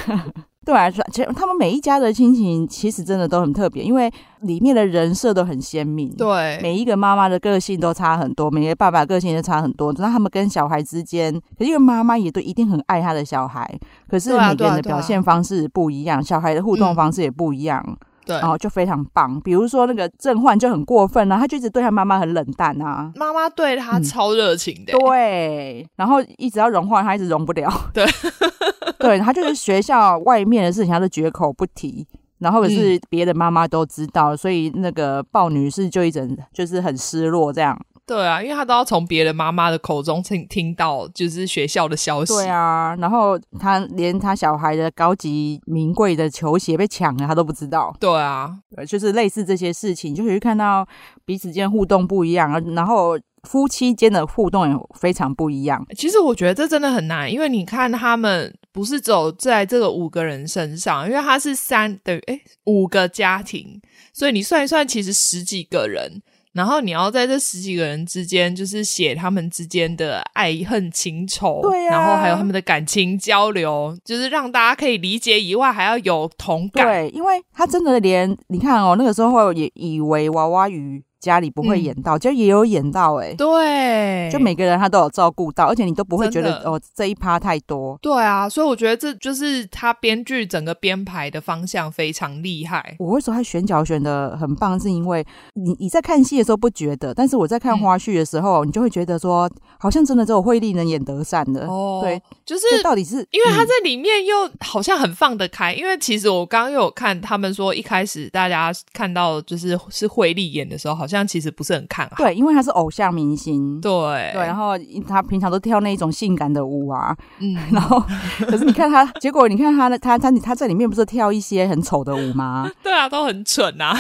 Speaker 1: 对啊，其实他们每一家的亲情其实真的都很特别，因为里面的人设都很鲜明。。
Speaker 2: 对，
Speaker 1: 每一个妈妈的个性都差很多，每个爸爸个性也差很多。那他们跟小孩之间，可是因为妈妈也都一定很爱她的小孩，可是
Speaker 2: 对啊
Speaker 1: 每个
Speaker 2: 对啊
Speaker 1: 人的
Speaker 2: 对啊
Speaker 1: 表现方式不一样，小孩的互动
Speaker 2: 嗯
Speaker 1: 方式也不一样。
Speaker 2: 对，
Speaker 1: 然后就非常棒。比如说那个郑焕就很过分啊，他就一直对他妈妈很冷淡啊。
Speaker 2: 妈妈对她
Speaker 1: 嗯
Speaker 2: 超热情的、欸
Speaker 1: 对，然后一直要融化，他一直融不了。
Speaker 2: 对，
Speaker 1: 对他就是学校外面的事情，他都绝口不提。然后可
Speaker 2: 嗯
Speaker 1: 是别的妈妈都知道，所以那个鲍女士就一整就是很失落这样。
Speaker 2: 对啊，因为她都要从别的妈妈的口中听听到就是学校的消息。
Speaker 1: 对啊，然后他连他小孩的高级名贵的球鞋被抢了，他都不知道。
Speaker 2: 对啊，
Speaker 1: 呃，就是类似这些事情，就可以看到彼此间互动不一样，然后夫妻间的互动也非常不一样。
Speaker 2: 其实我觉得这真的很难，因为你看他们不是走在这个五个人身上，因为他是三等于诶五个家庭，所以你算一算，其实十几个人。然后你要在这十几个人之间，就是写他们之间的爱恨情仇，
Speaker 1: 对啊
Speaker 2: 然后还有他们的感情交流，就是让大家可以理解以外，还要有同感。
Speaker 1: 对，因为他真的连你看哦，那个时候也以为娃娃鱼家里不会演到，就也有演到哎、
Speaker 2: 嗯对，
Speaker 1: 就每个人他都有照顾到，而且你都不会觉
Speaker 2: 真的
Speaker 1: 得哦这一趴太多。
Speaker 2: 对啊，所以我觉得这就是他编剧整个编排的方向非常厉害。
Speaker 1: 我会说他选角选的很棒，是因为你你在看戏的时候不觉得，但是我在看
Speaker 2: 嗯
Speaker 1: 花絮的时候，你就会觉得说，好像真的只有惠利能演德善的。
Speaker 2: 哦，
Speaker 1: 对，，
Speaker 2: 就是
Speaker 1: 这到底是
Speaker 2: 因为他
Speaker 1: 嗯
Speaker 2: 在里面又好像很放得开，因为其实我刚刚又有看他们说，一开始大家看到就是是惠利演的时候，好像其实不是很看好。
Speaker 1: 对，因为他是偶像明星，
Speaker 2: 对
Speaker 1: 对，啊然后他平常都跳那一种性感的舞啊，
Speaker 2: 嗯，
Speaker 1: 然后可是你看他，结果你看他的他他他在里面不是跳一些很丑的舞吗？
Speaker 2: 对啊，都很蠢啊。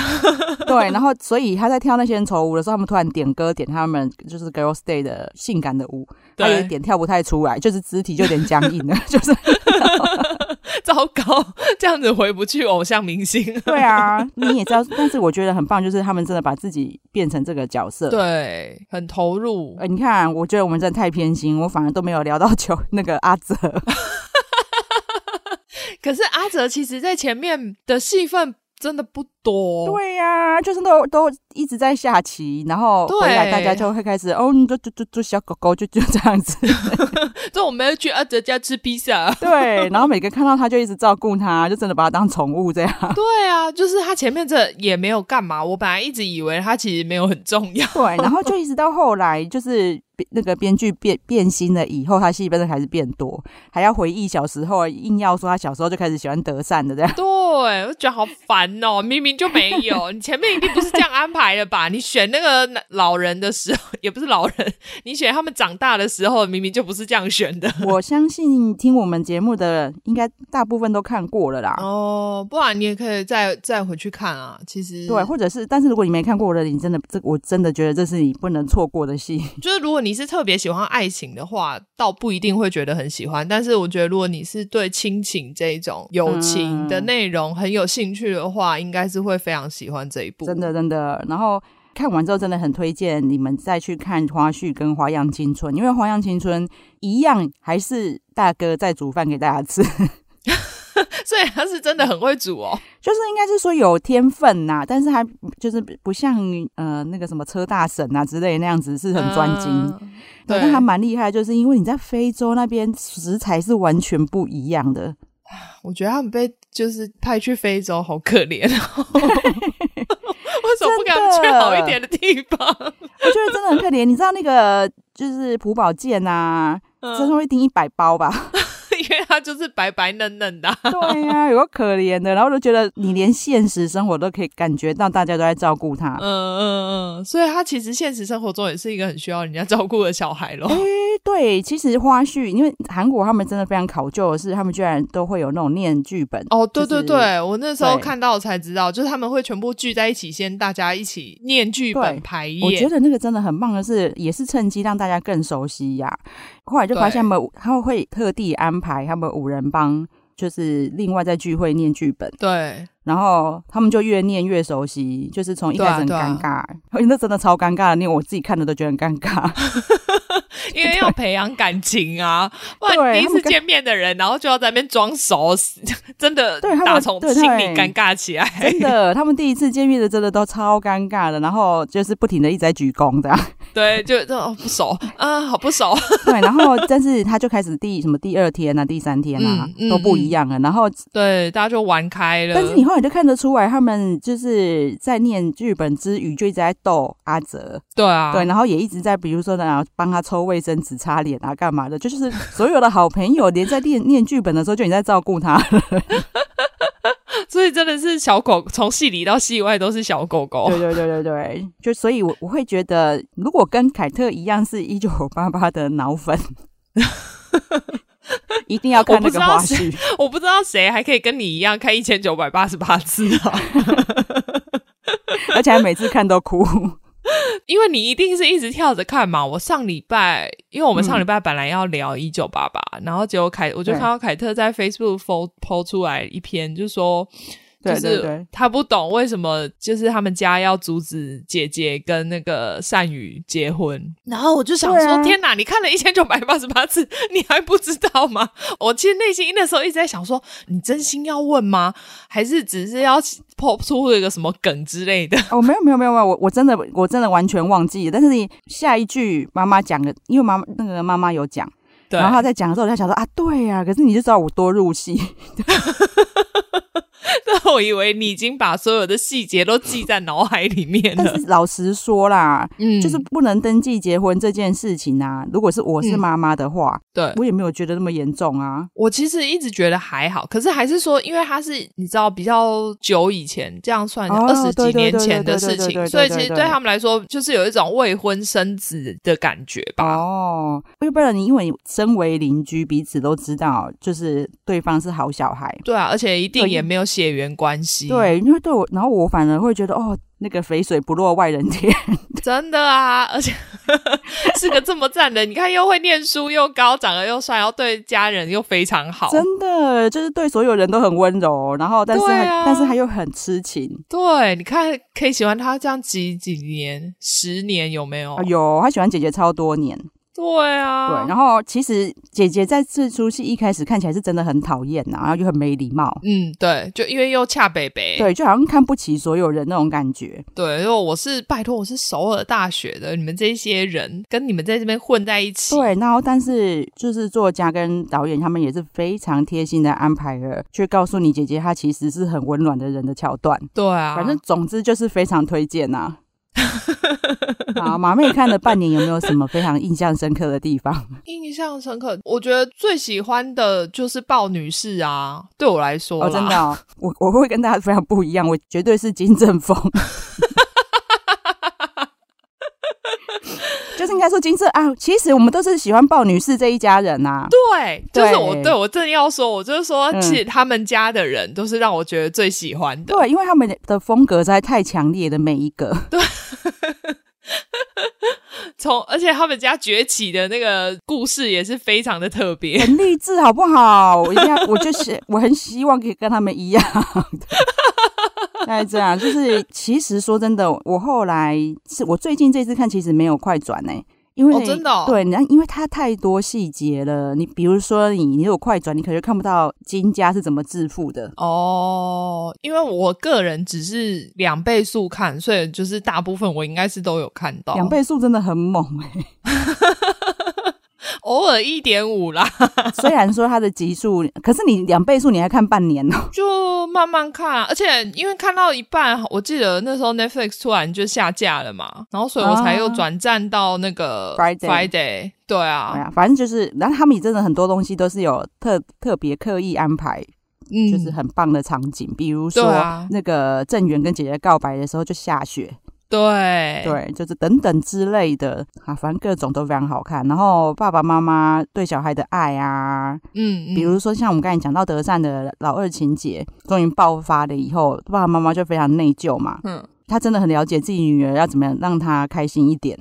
Speaker 1: 对，然后所以他在跳那些很丑舞的时候，他们突然点歌点他们就是 Girls Day 的性感的舞，他有一
Speaker 2: 对，
Speaker 1: 点跳不太出来，就是肢体就有点僵硬了， 就是
Speaker 2: 糟糕，这样子回不去偶像明星。
Speaker 1: 对啊，你也知道，但是我觉得很棒，就是他们真的把自己变成这个角色。
Speaker 2: 对，很投入。
Speaker 1: 呃，你看，我觉得我们真的太偏心，我反而都没有聊到 球那个阿泽。
Speaker 2: 可是阿哲其实在前面的戏份真的不多。
Speaker 1: 对呀、就是都都一直在下棋，然后回来
Speaker 2: 对
Speaker 1: 大家就会开始哦，嗯就就就就小狗狗就就这样 子，
Speaker 2: 这我们要去阿哲家吃披 萨。啊
Speaker 1: 对，然后每个看到它就一直照顾它，就真的把它当宠物这样。
Speaker 2: 对啊，就是他前面这也没有干嘛，我本来一直以为他其实没有很重要。
Speaker 1: 对，然后就一直到后来，就是编那个编剧变变心了以后，他戏份就开始变多，还要回忆小时候，硬要说他小时候就开始喜欢德善的这样。
Speaker 2: 对，我觉得好烦哦！明明就没有， 你前面一定不是这样安排的吧？你选那个老人的时候，也不是老人，你选他们长大的时候，明明就不是这样选的。
Speaker 1: 我相信听我们节目的应该大部分都看过了啦。
Speaker 2: 哦，不然你也可以再再回去看啊。其实
Speaker 1: 对，或者是，但是如果你没看过的，你真的这，我真的觉得这是你不能错过的戏。
Speaker 2: 就是如果你是特别喜欢爱情的话，倒不一定会觉得很喜欢。但是我觉得，如果你是对亲情这一种友情的内容很有兴趣的话，应该是会非常喜欢这一部。
Speaker 1: 真的真的。然后看完之后，真的很推荐你们再去看花絮跟花样青春，因为花样青春一样还是大哥在煮饭给大家吃，
Speaker 2: 所以他是真的很会煮哦。
Speaker 1: 就是应该是说有天分呐、但是还就是不像呃那个什么车大婶啊之类那样子是很专精。
Speaker 2: 嗯对，
Speaker 1: 但还蛮厉害，就是因为你在非洲那边食材是完全不一样的，
Speaker 2: 我觉得他们被就是派去非洲，好可怜 哦。为什么不给他们去好一点的地方？
Speaker 1: 我觉得真的很可怜。你知道那个就是普宝剑啊，
Speaker 2: 嗯
Speaker 1: 真的会订一百包吧？
Speaker 2: 因为他就是白白嫩嫩的啊、
Speaker 1: 对呀、有个可怜的，然后就觉得你连现实生活都可以感觉到大家都在照顾他。
Speaker 2: 嗯嗯嗯，所以他其实现实生活中也是一个很需要人家照顾的小孩咯。
Speaker 1: 诶对，其实花絮，因为韩国他们真的非常考究的是，他们居然都会有那种念剧本。
Speaker 2: 哦，对
Speaker 1: 就
Speaker 2: 对
Speaker 1: 是
Speaker 2: 对，我那时候
Speaker 1: 对
Speaker 2: 看到才知道，就是他们会全部聚在一起，先大家一起念剧
Speaker 1: 对
Speaker 2: 本排
Speaker 1: 我觉
Speaker 2: 演。
Speaker 1: 得那个真的很棒的是，也是趁机让大家更熟悉呀、后来就发现他们他们会特地安排他们五人帮，就是另外在聚会念剧本，
Speaker 2: 对，
Speaker 1: 然后他们就越念越熟悉，就是从一开始很
Speaker 2: 对啊
Speaker 1: 尴尬， 那真的超尴尬的念，我自己看的都觉得很尴尬。
Speaker 2: 因为要培养感情啊，不然
Speaker 1: 对
Speaker 2: 第一
Speaker 1: 他
Speaker 2: 次
Speaker 1: 们跟
Speaker 2: 见面的人，然后就要在那边装熟， 真的
Speaker 1: 对他们
Speaker 2: 打从
Speaker 1: 对
Speaker 2: 心里
Speaker 1: 对
Speaker 2: 尴尬起来。
Speaker 1: 真 的，他们第一次见面的真的都超尴尬的，然后就是不停的一直在鞠躬 的，
Speaker 2: 对，就这哦不熟啊，好 不熟。
Speaker 1: 对，然后但是他就开始第什么第二天啊、第三天啊、
Speaker 2: 嗯嗯
Speaker 1: 都不一样了，然后
Speaker 2: 对，大家就玩开了。
Speaker 1: 但是你后来就看得出来，他们就是在念剧本之余就一直在逗阿哲，
Speaker 2: 对啊，
Speaker 1: 对，然后也一直在比如说呢帮他抽卫生纸、擦脸啊、干嘛的，就就是所有的好朋友连在念念剧本的时候就已经在照顾他，
Speaker 2: 所以真的是小狗，从戏里到戏外都是小狗狗
Speaker 1: 对。对对对对，就所以我我会觉得，如果跟凯特一样是一九八八的脑粉，一定要看那个花
Speaker 2: 我不知道
Speaker 1: 絮。
Speaker 2: 我不知道谁还可以跟你一样看一千九百八十八次啊，
Speaker 1: 而且还每次看都哭。
Speaker 2: 因为你一定是一直跳着看嘛。我上礼拜，因为我们上礼拜本来要聊一九八八，然后结果凯，我
Speaker 1: 对
Speaker 2: 就看到凯特在 Facebook 剖剖出来一篇，就说。就
Speaker 1: 对对
Speaker 2: 是
Speaker 1: 对
Speaker 2: 他不懂为什么，就是他们家要阻止姐姐跟那个善宇结婚，然后我就想
Speaker 1: 对
Speaker 2: 说，
Speaker 1: 啊
Speaker 2: 天哪！你看了一千九百八十八次，你还不知道吗？我其实内心那时候一直在想说，你真心要问吗？还是只是要抛出一个什么梗之类 的？
Speaker 1: 哦，没有没有没有没有，我我真的我真的完全忘记了。但是你下一句妈妈讲的，因为妈妈那个妈妈有讲，
Speaker 2: 对，
Speaker 1: 然后她在讲的时候，我在想说啊，对呀、可是你就知道我多入 戏。
Speaker 2: 那我以为你已经把所有的细节都记在脑海里面
Speaker 1: 但
Speaker 2: 了。
Speaker 1: 是老实说啦，
Speaker 2: 嗯
Speaker 1: 就是不能登记结婚这件事情啊，如果是我是
Speaker 2: 嗯
Speaker 1: 妈妈的话，
Speaker 2: 对
Speaker 1: 我也没有觉得那么严重啊。
Speaker 2: 我其实一直觉得还好，可是还是说，因为它是你知道比较久以前，这样算
Speaker 1: 哦
Speaker 2: 二十几
Speaker 1: 对对
Speaker 2: 年
Speaker 1: 对
Speaker 2: 前的
Speaker 1: 对对
Speaker 2: 事
Speaker 1: 对
Speaker 2: 情，
Speaker 1: 对
Speaker 2: 所以
Speaker 1: 对
Speaker 2: 其实
Speaker 1: 对
Speaker 2: 对他们来说，就是有一种未婚生子的感觉吧。
Speaker 1: 哦，要不然你因为你身为邻居，彼此都知道，就是对方是好小孩。
Speaker 2: 对啊，而且一定
Speaker 1: 对
Speaker 2: 也没有血缘关系。，
Speaker 1: 对，因为对我，然后我反而会觉得，哦，那个肥水不落外人田，
Speaker 2: 真的啊，而 且是个这么赞的，你看又会念书，又高，长得又帅，然后对家人又非常好，
Speaker 1: 真的就是对所有人都很温柔，然后但是
Speaker 2: 对
Speaker 1: 还、
Speaker 2: 啊
Speaker 1: 但是他又很痴情
Speaker 2: 对，你看可以喜欢他这样几几年，十年有没有？
Speaker 1: 啊，有他喜欢姐姐超多年，
Speaker 2: 对哦啊，
Speaker 1: 哎对，然后其实姐姐在这出戏一开始看起来是真的很讨厌啊呐、然后又很没礼貌，
Speaker 2: 嗯，对，就因为又恰北北，
Speaker 1: 对，就好像看不起所有人那种感觉。
Speaker 2: 对，因为我是拜托，我是首尔大学的，你们这些人跟你们在这边混在一起，
Speaker 1: 对，然后但是就是作家跟导演他们也是非常贴心的安排了，去告诉你姐姐她其实是很温暖的人的桥段。
Speaker 2: 对啊，
Speaker 1: 反正总之就是非常推荐呐、好，马妹看了半年，有没有什么非常印象深刻的地 方？
Speaker 2: 印象深刻。我觉得最喜欢的就是豹女士啊，对我来说啦，
Speaker 1: 哦，真的、哦，我我会跟大家非常不一样，我绝对是金正峰， 就是应该说金正啊，其实我们都是喜欢鲍女士这一家人啊呐、
Speaker 2: 对，就是我，
Speaker 1: 对
Speaker 2: 对我正要说，我就是说，
Speaker 1: 嗯
Speaker 2: 其实他们家的人都是让我觉得最喜欢的。
Speaker 1: 对，因为他们的风格实在太强烈了，每一个，
Speaker 2: 从而且他们家崛起的那个故事也是非常的特别。
Speaker 1: 很励志，好不好？我一定要， 我就是我很希望可以跟他们一样 的。大概这样，就是其实说真的，我后来是我最近这次看，其实没有快转呢、因为、
Speaker 2: 哦真的哦
Speaker 1: 对，然后因为它太多细节了。你比如说你，你有快转，你可能看不到金家是怎么致富的。
Speaker 2: 哦，因为我个人只是两倍速看，所以就是大部分我应该是都有看到，
Speaker 1: 两倍速真的很猛哎、
Speaker 2: 偶尔一点五 啦，
Speaker 1: 虽然说它的集数，可是你两倍速你还看半年哦、
Speaker 2: 就慢慢看。啊而且因为看到一半，我记得那时候 Netflix 突然就下架了嘛，然后所以我才又
Speaker 1: 啊
Speaker 2: 转战到那个
Speaker 1: Friday
Speaker 2: Friday 对啊
Speaker 1: 哎，呀，反正就是，然后他们也真的很多东西都是有特特别刻意安排，
Speaker 2: 嗯，
Speaker 1: 就是很棒的场景，比如说、
Speaker 2: 对啊
Speaker 1: 那个郑源跟姐姐告白的时候就下雪，
Speaker 2: 对
Speaker 1: 对，就是等等之类的啊，反正各种都非常好看。然后爸爸妈妈对小孩的爱啊，
Speaker 2: 嗯，嗯
Speaker 1: 比如说像我们刚才讲到德善的老二情节终于爆发了以后，爸爸妈妈就非常内疚嘛，
Speaker 2: 嗯。
Speaker 1: 他真的很了解自己女儿要怎么样让她开心一点。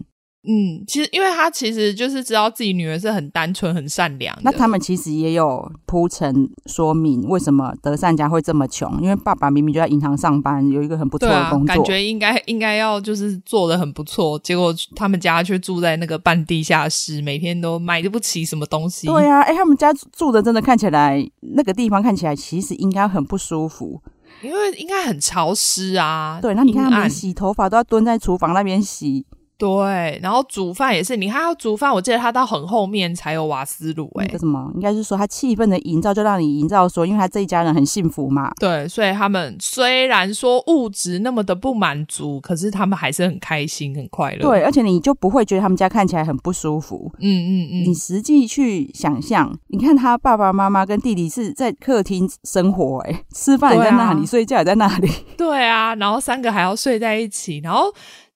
Speaker 2: 嗯，其实因为他其实就是知道自己女儿是很单纯、很善良的。
Speaker 1: 那他们其实也有铺陈说明为什么德善家会这么穷，因为爸爸明明就在银行上班，有一个很不错
Speaker 2: 对
Speaker 1: 的
Speaker 2: 啊
Speaker 1: 工，作，
Speaker 2: 感觉应该应该要就是做的很不错，结果他们家却住在那个半地下室，每天都买不起什么东西。
Speaker 1: 对啊，哎、他们家住的真的看起来那个地方看起来其实应该很不舒服。
Speaker 2: 因为应该很潮湿啊。
Speaker 1: 对，那你看
Speaker 2: 阴
Speaker 1: 他
Speaker 2: 暗
Speaker 1: 们洗头发都要蹲在厨房那边洗，
Speaker 2: 对，然后煮饭也是，你看他煮饭，我记得他到很后面才有瓦斯炉、欸，
Speaker 1: 那个什么，应该是说他气氛的营造就让你营造说，因为他这一家人很幸福嘛。
Speaker 2: 对，所以他们虽然说物质那么的不满足，可是他们还是很开心、很快乐。
Speaker 1: 对，，而且你就不会觉得他们家看起来很不舒服。
Speaker 2: 嗯嗯嗯，
Speaker 1: 你实际去想象，你看他爸爸妈妈跟弟弟是在客厅生活、欸，哎，吃饭也在那里，
Speaker 2: 对啊
Speaker 1: 睡觉也在那 里，
Speaker 2: 对啊，然后三个还要睡在一起，然后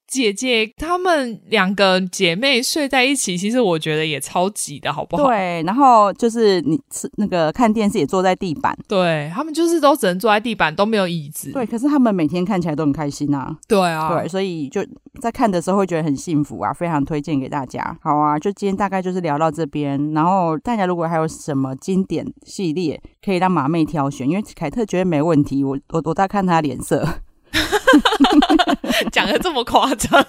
Speaker 2: 姐姐她们两个姐妹睡在一起，其实我觉得也超级的好不好？
Speaker 1: 对，然后就是你吃那个看电视也坐在地板，
Speaker 2: 对，她们就是都只能坐在地板，都没有椅子。
Speaker 1: 对，可是他们每天看起来都很开心啊，
Speaker 2: 对啊，
Speaker 1: 对，所以就在看的时候会觉得很幸福啊，非常推荐给大家。好啊，就今天大概就是聊到这边，然后大家如果还有什么经典系列可以让马妹挑选，因为凯特绝对没问题，我我我大看她脸色，
Speaker 2: 讲的这么夸张，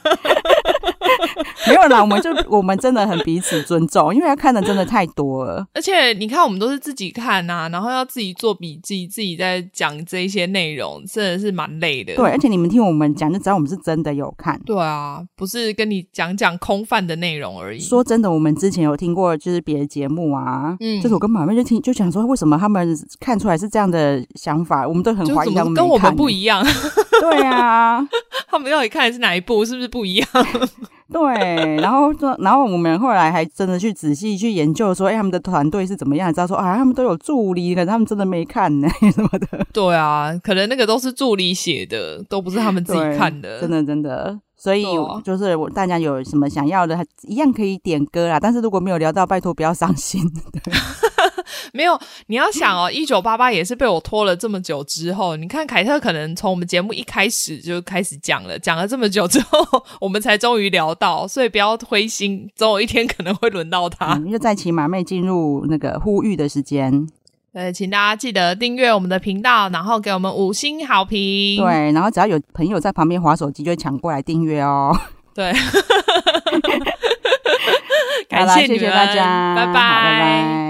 Speaker 1: 没有啦，我们就我们真的很彼此尊重，因为她看的真的太多了。
Speaker 2: 而且你看，我们都是自己看啊，然后要自己做笔记，自己在讲这一些内容，真的是蛮累的。
Speaker 1: 对，而且你们听我们讲，就知道我们是真的有看。
Speaker 2: 对啊，不是跟你讲讲空泛的内容而已。
Speaker 1: 说真的，我们之前有听过，就是别的节目啊，
Speaker 2: 嗯
Speaker 1: 就是我跟马妹就听就讲说，为什么他们看出来是这样的想法，我们都很
Speaker 2: 就
Speaker 1: 怀
Speaker 2: 怎
Speaker 1: 疑他
Speaker 2: 么
Speaker 1: 们
Speaker 2: 跟
Speaker 1: 没
Speaker 2: 我们
Speaker 1: 看欸
Speaker 2: 不一样？
Speaker 1: 对啊，
Speaker 2: 他们到底看的是哪一部？是不是不一样？
Speaker 1: 对，然后说，然后我们后来还真的去仔细去研究说，哎、他们的团队是怎么样，知道说啊，他们都有助理，可是他们真的没看呢、 什么的，
Speaker 2: 对啊，可能那个都是助理写的，都不是他们自己
Speaker 1: 对
Speaker 2: 看的。
Speaker 1: 真，的真的。所以
Speaker 2: 对啊
Speaker 1: 就是我大家有什么想要的，一样可以点歌啦。但是如果没有聊到，拜托不要伤心。
Speaker 2: 没有你要 想哦，一九八八也是被我拖了这么久之后，你看凯特可能从我们节目一开始就开始讲了，讲了这么久之后，我们才终于聊到，所以不要灰心，总有一天可能会轮到他。
Speaker 1: 嗯，就在骑马妹进入那个呼吁的时间，
Speaker 2: 嗯对，哎请大家记得订阅我们的频道，然后给我们五星好评。
Speaker 1: 对，然后只要有朋友在旁边划手机，就会抢过来订阅哦。
Speaker 2: 对，
Speaker 1: 好
Speaker 2: 感
Speaker 1: 啦，谢
Speaker 2: 你们，
Speaker 1: 大家，好
Speaker 2: 拜
Speaker 1: 拜拜。